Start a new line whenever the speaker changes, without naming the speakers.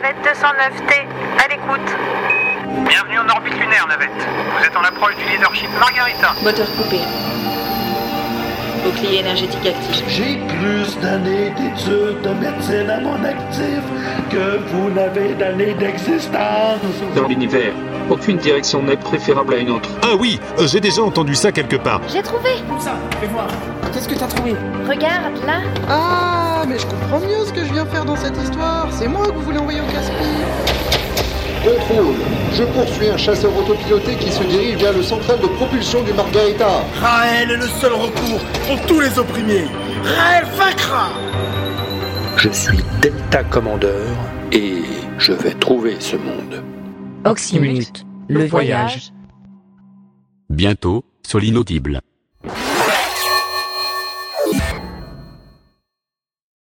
209T, à l'écoute.
Bienvenue en orbite lunaire, navette. Vous êtes en approche du leadership Margarita.
Moteur coupé. Bouclier énergétique actif.
J'ai plus d'années d'études de médecine à mon actif que vous n'avez d'années d'existence.
Dans l'univers, aucune direction n'est préférable à une autre.
Ah oui, euh, j'ai déjà entendu ça quelque part.
J'ai trouvé
Ça, fais voir. Qu'est-ce que t'as trouvé
Regarde, là
Ah, mais je comprends mieux ce que je viens faire dans cette histoire. C'est moi que vous voulez envoyer au casse-pied.
Contrôle, je poursuis un chasseur autopiloté qui se dirige vers le central de propulsion du Margarita.
Raël est le seul recours pour tous les opprimés. Raël vaincra
Je suis Delta Commandeur et je vais trouver ce monde.
Oxymute, le voyage.
Bientôt, sur l'inaudible.